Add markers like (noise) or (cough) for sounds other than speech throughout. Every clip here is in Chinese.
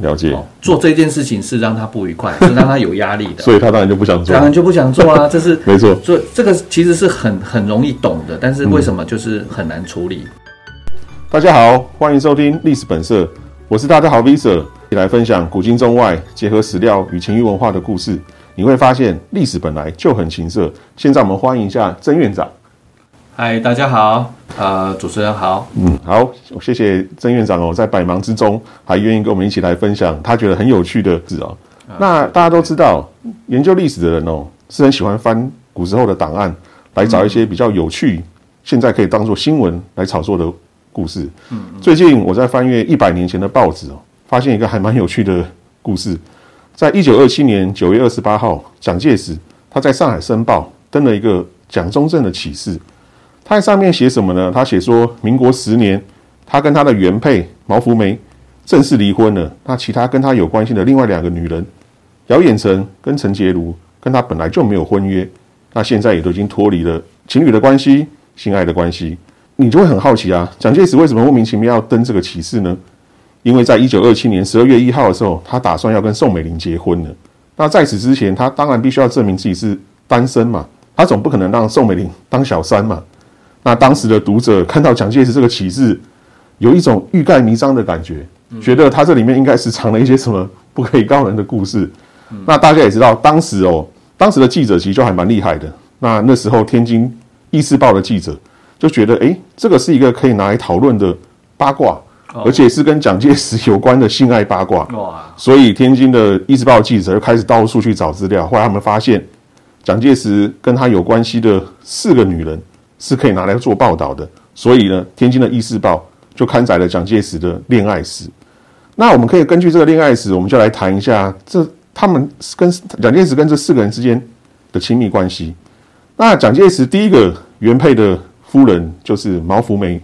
了解，哦，做这件事情是让他不 (laughs) 愉快，是让他有压力的，所以他当然就不想做当，然就不想 (laughs) 做啊。这是没错，做这个其实是很很容易懂的，但是嗯为什么就是很难处理？大家好，欢迎收听《历史本色》，我是大家好 Visa，一起来分享古今中外结合史料与情欲文化的故事。你会发现，历史本来就很情色。现在我们欢迎一下曾院长。嗨，大家好，呃，主持人好，嗯，好，谢谢曾院长哦，在百忙之中还愿意跟我们一起来分享他觉得很有趣的事哦。那大家都知道，研究历史的人哦，是很喜欢翻古时候的档案，来找一些比较有趣，现在可以当做新闻来炒作的故事。嗯，最近我在翻阅一百年前的报纸哦，发现一个还蛮有趣的故事，在一九二七年九月二十八号，蒋介石他在上海申报登了一个蒋中正的启事，他在上面写什么呢？他写说，民国十年，他跟他的原配毛福梅正式离婚了。那其他跟他有关系的另外两个女人，姚远成跟陈洁如，跟他本来就没有婚约，那现在也都已经脱离了情侣的关系、性爱的关系。你就会很好奇啊，蒋介石为什么莫名其妙要登这个启事呢？因为在一九二七年十二月一号的时候，他打算要跟宋美龄结婚了。那在此之前，他当然必须要证明自己是单身嘛，他总不可能让宋美龄当小三嘛。那当时的读者看到蒋介石这个启示，有一种欲盖弥彰的感觉，觉得他这里面应该是藏了一些什么不可以告人的故事。那大家也知道，当时哦，当时的记者其实就还蛮厉害的。那那时候天津《易世报》的记者就觉得，诶，这个是一个可以拿来讨论的八卦，而且是跟蒋介石有关的性爱八卦。哇，所以天津的《一时报》记者就开始到处去找资料，后来他们发现，蒋介石跟他有关系的四个女人是可以拿来做报道的，所以呢，天津的《议事报》就刊载了蒋介石的恋爱史。那我们可以根据这个恋爱史，我们就来谈一下这他们跟蒋介石跟这四个人之间的亲密关系。那蒋介石第一个原配的夫人就是毛福梅，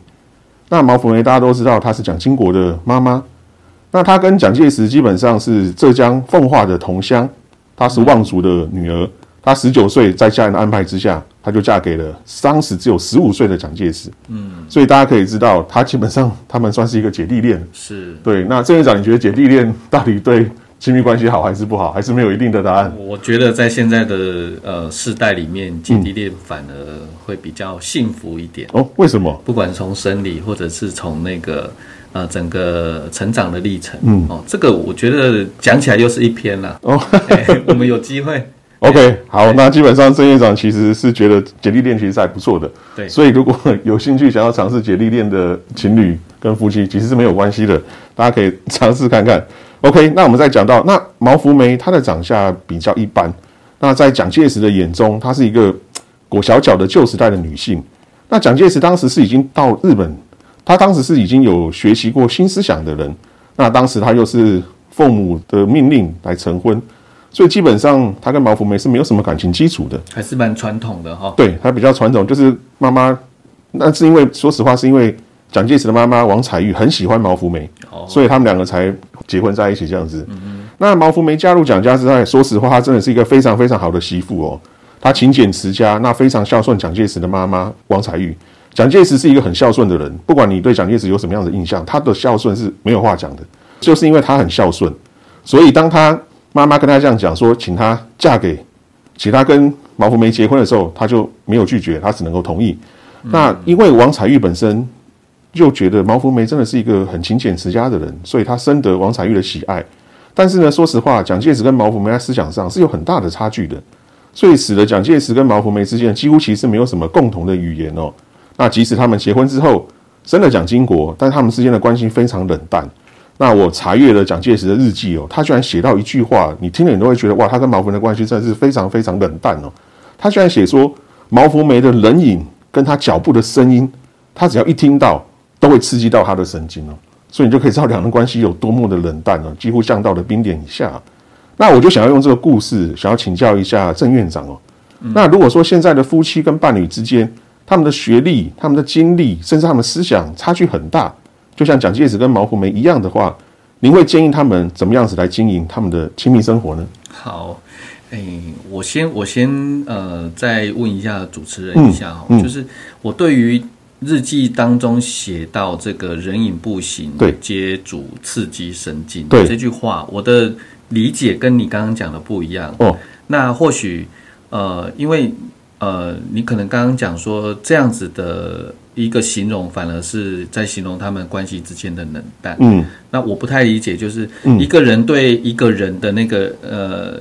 那毛福梅大家都知道她是蒋经国的妈妈，那她跟蒋介石基本上是浙江奉化的同乡，她是望族的女儿。她十九岁，在家人的安排之下，她就嫁给了当时只有十五岁的蒋介石。嗯，所以大家可以知道，她基本上他们算是一个姐弟恋。是对，那郑院长，你觉得姐弟恋到底对亲密关系好还是不好，还是没有一定的答案？我觉得在现在的呃世代里面，姐弟恋反而会比较幸福一点。哦，为什么？不管从生理或者是从那个呃整个成长的历程，嗯，哦，这个我觉得讲起来又是一篇啦。哦 (laughs) 哎我们有机会， OK，好，那基本上郑院长其实是觉得姐弟恋其实是还不错的，对所以如果有兴趣想要尝试姐弟恋的情侣跟夫妻，其实是没有关系的，大家可以尝试看看。OK，那我们再讲到那毛福梅，她的长相比较一般，那在蒋介石的眼中，她是一个嘖裹小脚的旧时代的女性。那蒋介石当时是已经到日本，他当时是已经有学习过新思想的人，那当时他又是父母的命令来成婚。所以基本上他跟毛福梅是没有什么感情基础的。还是蛮传统的哈、对他比较传统，就是妈妈，那是因为说实话，是因为蒋介石的妈妈王彩玉很喜欢毛福梅，哦所以他们两个才结婚在一起这样子。那毛福梅加入蒋家之后，说实话，她真的是一个非常非常好的媳妇哦。她勤俭持家，那非常孝顺蒋介石的妈妈王彩玉。蒋介石是一个很孝顺的人，不管你对蒋介石有什么样的印象，他的孝顺是没有话讲的。就是因为他很孝顺，所以当他妈妈跟他这样讲说，请他嫁给其他跟毛福梅结婚的时候，他就没有拒绝，他只能够同意。那因为王彩玉本身就觉得毛福梅真的是一个很勤俭持家的人，所以他深得王彩玉的喜爱。但是呢，说实话，蒋介石跟毛福梅在思想上是有很大的差距的，所以使得蒋介石跟毛福梅之间几乎其实没有什么共同的语言哦。那即使他们结婚之后生了蒋经国，但他们之间的关系非常冷淡。那我查阅了蒋介石的日记哦，他居然写到一句话，你听了你都会觉得哇，他跟毛福梅的关系真的是非常非常冷淡哦。他居然写说毛福梅的冷饮跟他脚步的声音，他只要一听到都会刺激到他的神经哦，所以你就可以知道两人关系有多么的冷淡哦，几乎降到了冰点以下。那我就想要用这个故事，想要请教一下郑院长哦。那如果说现在的夫妻跟伴侣之间，他们的学历、他们的经历，甚至他们思想差距很大，就像蒋介石跟毛福梅一样的话，您会建议他们怎么样子来经营他们的亲密生活呢？好，哎、我嗯先我先呃，再问一下主持人一下哈、就是我对于日记当中写到这个人影步行，对接主刺激神经，对这句话，我的理解跟你刚刚讲的不一样。哦，那或许呃，因为呃，你可能刚刚讲说这样子的一个形容，反而是在形容他们关系之间的冷淡。嗯，那我不太理解，就是一个人对一个人的那个呃，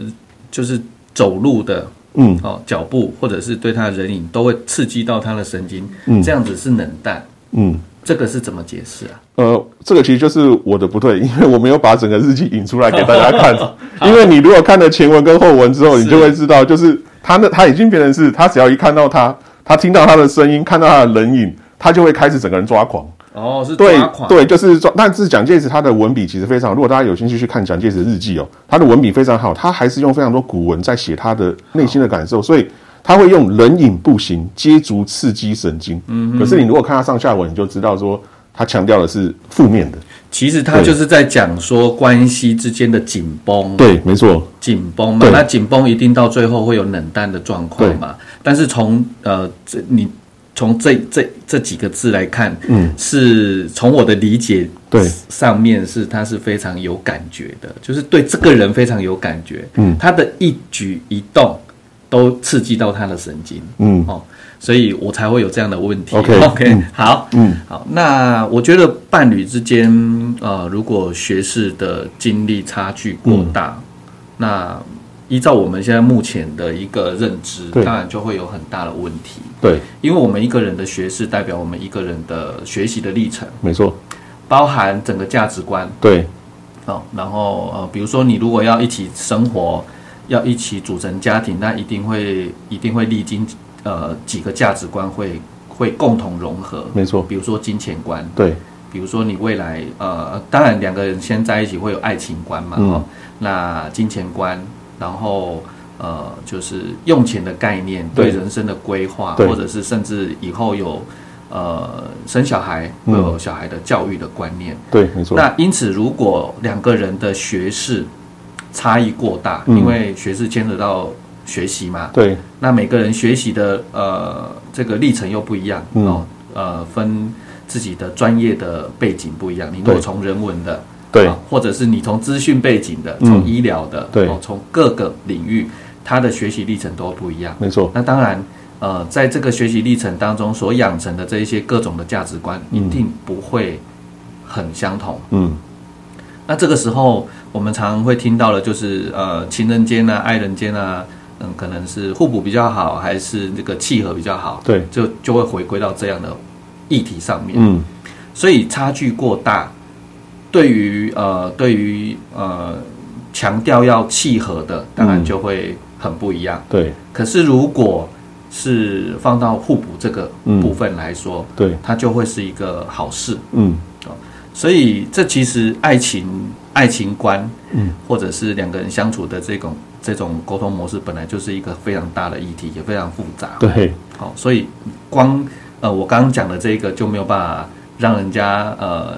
就是走路的嗯，哦脚步，或者是对他的人影，都会刺激到他的神经，这样子是冷淡，嗯，这个是怎么解释啊？呃，这个其实就是我的不对，因为我没有把整个日记引出来给大家看。因为你如果看了前文跟后文之后，你是就会知道，就是他那他已经变成是，他只要一看到他，他听到他的声音，看到他的人影，他就会开始整个人抓狂。哦，是对抓狂，对，就是抓。但是蒋介石他的文笔其实非常好，如果大家有兴趣去看蒋介石日记哦，他的文笔非常好，他还是用非常多古文在写他的内心的感受，所以他会用人影步行，接足刺激神经。嗯，可是你如果看他上下文，你就知道说他强调的是负面的。其实他就是在讲说关系之间的紧绷，对，没错，紧绷嘛，对那紧绷一定到最后会有冷淡的状况嘛。但是从呃，这你从这这这几个字来看，嗯，是从我的理解对上面是他是非常有感觉的，就是对这个人非常有感觉，嗯，他的一举一动都刺激到他的神经，嗯哦，所以我才会有这样的问题。 OK，好，嗯，好，那我觉得伴侣之间，呃，如果学识的经历差距过大，那依照我们现在目前的一个认知，对当然就会有很大的问题，对，因为我们一个人的学识代表我们一个人的学习的历程，没错，包含整个价值观，对，哦，然后呃，比如说你如果要一起生活，要一起组成家庭，那一定会一定会历经呃几个价值观会会共同融合，没错，比如说金钱观，对，比如说你未来呃，当然两个人先在一起会有爱情观嘛，嗯哦，那金钱观，然后呃就是用钱的概念，对对人生的规划，对或者是甚至以后有呃生小孩会嗯有小孩的教育的观念。对，没错，那因此，如果两个人的学识差异过大，嗯因为学识牵扯到学习嘛，对，那每个人学习的呃这个历程又不一样、嗯哦，呃分自己的专业的背景不一样。你如果对从人文的，对啊，或者是你从资讯背景的，嗯从医疗的，对哦，从各个领域，他的学习历程都不一样。没错，那当然，呃，在这个学习历程当中所养成的这一些各种的价值观，一定不会很相同。嗯，那这个时候，我们常常会听到的，就是呃，情人间啊，爱人间啊，嗯，可能是互补比较好，还是这个契合比较好，对，就就会回归到这样的议题上面。嗯，所以差距过大，对于呃，对于呃，强调要契合的，当然嗯就会很不一样。对，可是如果是放到互补这个嗯部分来说，对，它就会是一个好事。嗯，所以这其实爱情、爱情观，嗯，或者是两个人相处的这种这种沟通模式，本来就是一个非常大的议题，也非常复杂。，对，好、所以光呃我刚刚讲的这个就没有办法让人家呃，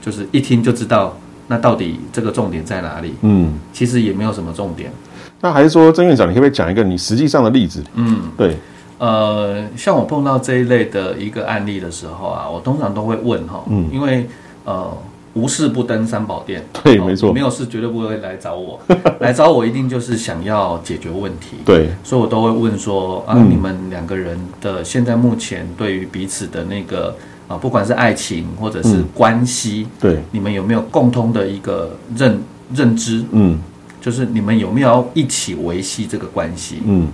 就是一听就知道那到底这个重点在哪里。嗯。其实也没有什么重点。那还是说，曾院长，你可不可以讲一个你实际上的例子？嗯，对，呃，像我碰到这一类的一个案例的时候啊，我通常都会问哈，嗯因为呃无事不登三宝殿， (laughs) 哦对没错你没有事绝对不会来找我， (laughs) 来找我一定就是想要解决问题，对，嗯所以我都会问说啊，你们两个人的现在目前对于彼此的那个啊，不管是爱情或者嗯是关系，对，你们有没有共通的一个认认知，嗯，就是你们有没有要一起维系这个关系？嗯，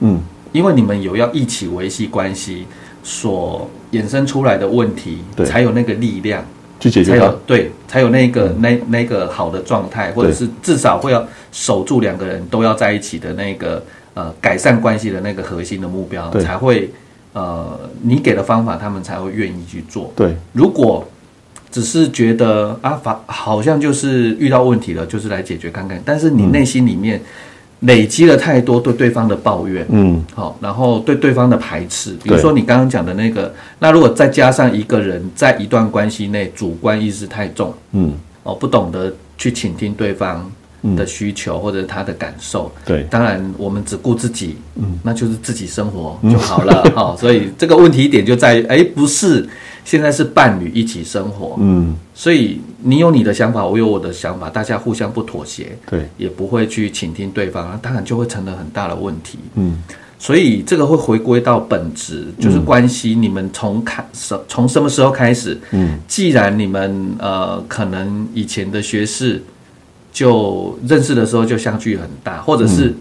嗯，因为你们有要一起维系关系所衍生出来的问题，对才有那个力量，去解才决它有。对，才有那个、嗯那那个好的状态，或者是至少会要守住两个人都要在一起的那个呃改善关系的那个核心的目标，对才会呃你给的方法，他们才会愿意去做。对，如果只是觉得啊，法好像就是遇到问题了，就是来解决看看，但是嗯你内心里面累积了太多对对方的抱怨，嗯，好，然后对对方的排斥，比如对说你刚刚讲的那个，那如果再加上一个人在一段关系内主观意识太重，嗯，哦，不懂得去倾听对方，的需求或者他的感受。对当然我们只顾自己，嗯，那就是自己生活就好 (laughs) 了。好、所以这个问题点就在于，哎，不是，现在是伴侣一起生活，嗯，所以你有你的想法，我有我的想法，大家互相不妥协，对，也不会去倾听对方，那当然就会成了很大的问题。嗯，所以这个会回归到本质，就是关系。你们从开什从什么时候开始？嗯，既然你们呃可能以前的学士就认识的时候就相距很大，或者是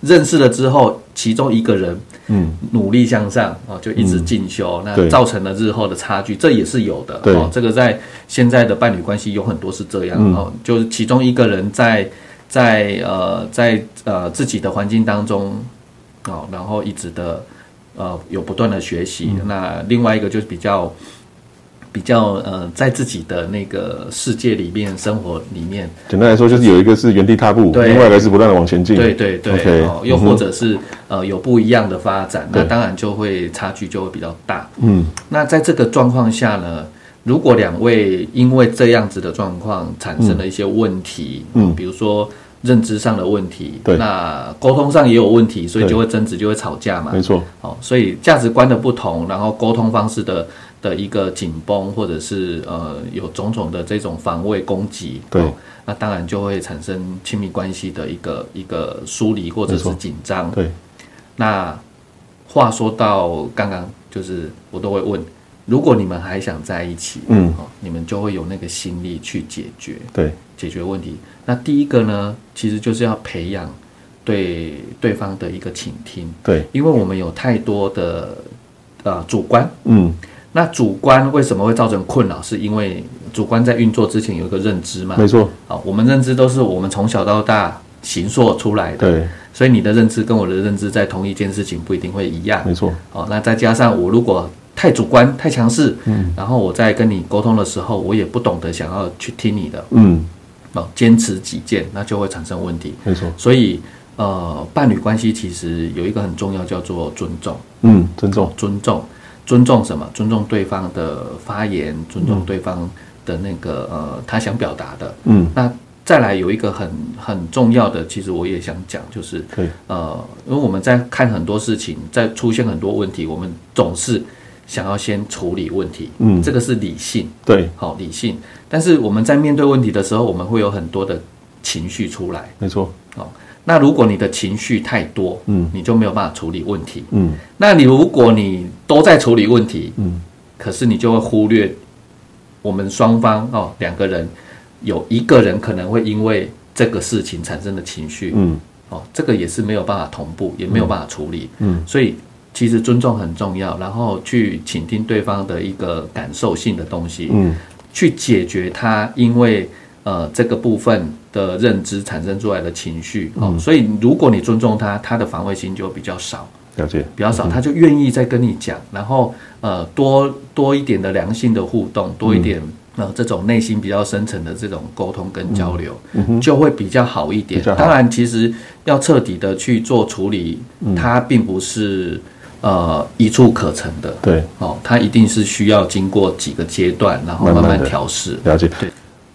认识了之后，其中一个人嗯，努力向上啊、哦就一直进修，那对造成了日后的差距，这也是有的。对哦，这个在现在的伴侣关系有很多是这样、嗯哦，就是其中一个人在在呃在呃自己的环境当中哦，然后一直的呃有不断的学习，嗯那另外一个就是比较。比较呃，在自己的那个世界里面、生活里面，简单来说就是有一个是原地踏步，对另外一个是不断的往前进，对对对 OK，哦，又嗯哼或者是呃有不一样的发展，那对当然就会差距就会比较大。嗯那在这个状况下呢，如果两位因为这样子的状况产生了一些问题，嗯比如说认知上的问题，对那沟通上也有问题，所以对就会争执，就会吵架嘛没。错，哦，所以价值观的不同，然后沟通方式的的一个紧绷，或者是呃有种种的这种防卫攻击，对哦那当然就会产生亲密关系的一个一个疏离或者没是错紧张。对，那话说到刚刚，就是我都会问，如果你们还想在一起，嗯哦，你们就会有那个心力去解决对，解决问题。那第一个呢，其实就是要培养对对方的一个倾听，对，因为我们有太多的呃主观。嗯，那主观为什么会造成困扰？是因为主观在运作之前有一个认知嘛？没错，好，我们认知都是我们从小到大形塑出来的。对，所以你的认知跟我的认知在同一件事情不一定会一样。没错，好，那再加上我如果太主观、太强势，嗯，然后我在跟你沟通的时候，我也不懂得想要去听你的，嗯，哦，坚持己见，那就会产生问题。没错，所以，呃，伴侣关系其实有一个很重要，叫做尊重，嗯，尊重，尊重，尊重什么？尊重对方的发言，尊重对方的那个呃他想表达的。嗯，那再来有一个很很重要的，其实我也想讲，就是对，呃，因为我们在看很多事情，在出现很多问题，我们总是想要先处理问题，嗯这个是理性，对，好、理性。但是我们在面对问题的时候，我们会有很多的情绪出来，没错，哦。那如果你的情绪太多，嗯你就没有办法处理问题。嗯，那你如果你都在处理问题，嗯，可是你就会忽略我们双方哦两个人有一个人可能会因为这个事情产生的情绪，嗯，哦，这个也是没有办法同步，也没有办法处理。嗯，所以其实尊重很重要，然后去倾听对方的一个感受性的东西，嗯，去解决他因为呃这个部分的认知产生出来的情绪。哦，嗯所以如果你尊重他，他的防卫心就比较少。了解，比较少，他就愿意再跟你讲，然后呃多多一点的良性的互动，嗯多一点、呃这种内心比较深层的这种沟通跟交流，就会比较好一嗯点。比较好当然，其实要彻底的去做处理，嗯它并不是呃一触可成的。对，哦，它一定是需要经过几个阶段，然后慢慢慢慢地调试。了解，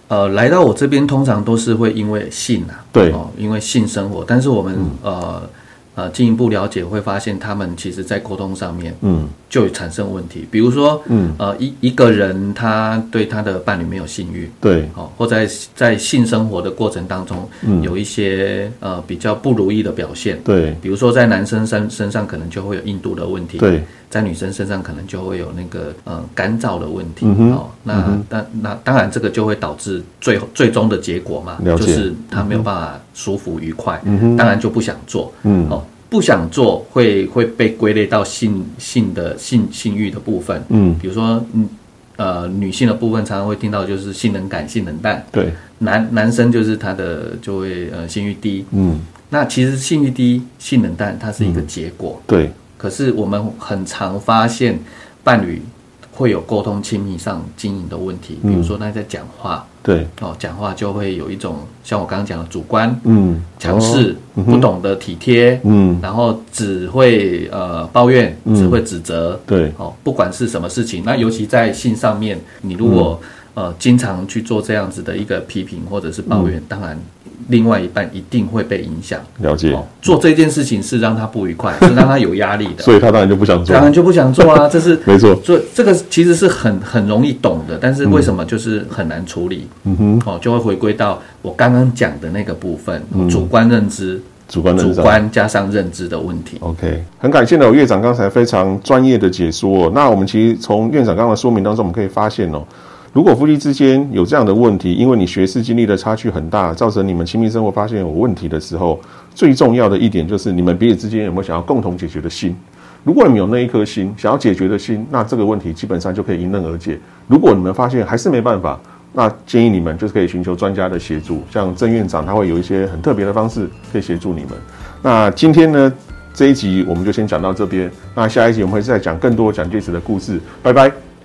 呃，来到我这边通常都是会因为性啊，对嗯哦，因为性生活，但是我们、呃呃进一步了解会发现，他们其实在沟通上面嗯，就有产生问题，比如说，嗯，呃，一一个人他对他的伴侣没有性欲，对，哦，或在在性生活的过程当中，嗯有一些呃比较不如意的表现，对，比如说在男生身身上可能就会有硬度的问题，对，在女生身上可能就会有那个呃干燥的问题、嗯哼哦。那、那那当然，这个就会导致最后最终的结果嘛，了就解是他没有办法舒服愉快，当然就不想做。嗯哦，不想做会会被归类到性性的性性欲的部分，嗯，比如说嗯呃女性的部分常常会听到就是性冷感、性冷淡，对，男男生就是他的就会呃性欲低。嗯，那其实性欲低、性冷淡，它是一个结果。对，可是我们很常发现伴侣会有沟通亲密上经营的问题，比如说他在讲话、对，哦，讲话就会有一种像我刚刚讲的主观、嗯，强势、嗯哼不懂得体贴，嗯，然后只会呃抱怨，只会指责，对，嗯哦，不管是什么事情，那尤其在性上面，你如果、呃经常去做这样子的一个批评或者是抱嗯怨，当然另外一半一定会被影响。了解，哦，做这件事情是让他不愉快，是让他有压力 (laughs) 的，所以他当然就不想做当，然就不想做啊。这是 (laughs) 没错，做这个其实是很很容易懂的，但是为什么就是很难处理？嗯哼，哦，就会回归到我刚刚讲的那个部分，嗯主观认知、主观主能上。观加上认知的问题。 OK，很感谢呢，院长刚才非常专业的解说、哦。那我们其实从院长刚刚的说明当中，我们可以发现哦，如果夫妻之间有这样的问题，因为你学识经历的差距很大，造成你们亲密生活发现有问题的时候，最重要的一点就是你们彼此之间有没有想要共同解决的心。如果你们有那一颗心，想要解决的心，那这个问题基本上就可以迎刃而解。如果你们发现还是没办法，那建议你们就是可以寻求专家的协助，像郑院长他会有一些很特别的方式可以协助你们。那今天呢，这一集我们就先讲到这边，那下一集我们会再讲更多蒋介石的故事，拜拜。